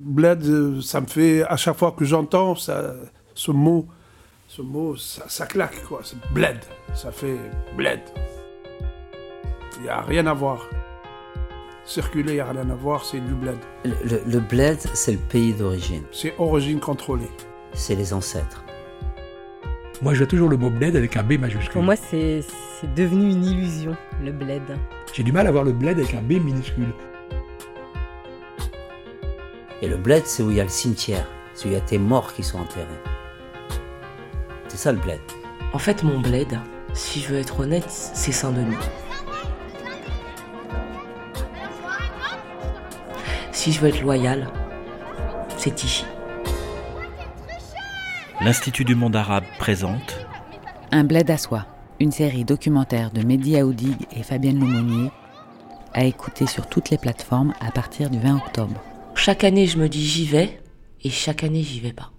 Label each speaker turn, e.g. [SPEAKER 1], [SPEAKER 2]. [SPEAKER 1] Bled, euh, ça me fait, à chaque fois que j'entends ça- ce mot, ce mot, ça, ça claque, quoi. C'est bled. Ça fait bled. Il n'y a rien à voir. Circuler, il n'y a rien à voir, c'est du bled.
[SPEAKER 2] Le, le- le bled, c'est le pays d'origine,
[SPEAKER 1] C'est origine contrôlée.
[SPEAKER 2] c'est les ancêtres.
[SPEAKER 3] Moi, je vois toujours le mot bled avec un B majuscule.
[SPEAKER 4] Pour moi, c'est c'est devenu une illusion, le bled.
[SPEAKER 3] J'ai du mal à voir le bled avec un B minuscule.
[SPEAKER 2] Et le bled, c'est où il y a le cimetière, c'est où il y a tes morts qui sont enterrés. C'est ça le bled.
[SPEAKER 5] En fait, mon bled, si je veux être honnête, c'est Saint-Denis. Si je veux être loyal, c'est Tichy.
[SPEAKER 6] L'Institut du monde arabe présente
[SPEAKER 7] Un bled à soi, une série documentaire de Mehdi Aoudig et Fabienne Lemonnier, à écouter sur toutes les plateformes à partir du 20 octobre.
[SPEAKER 5] Chaque année, je me dis j'y vais, et chaque année, j'y vais pas.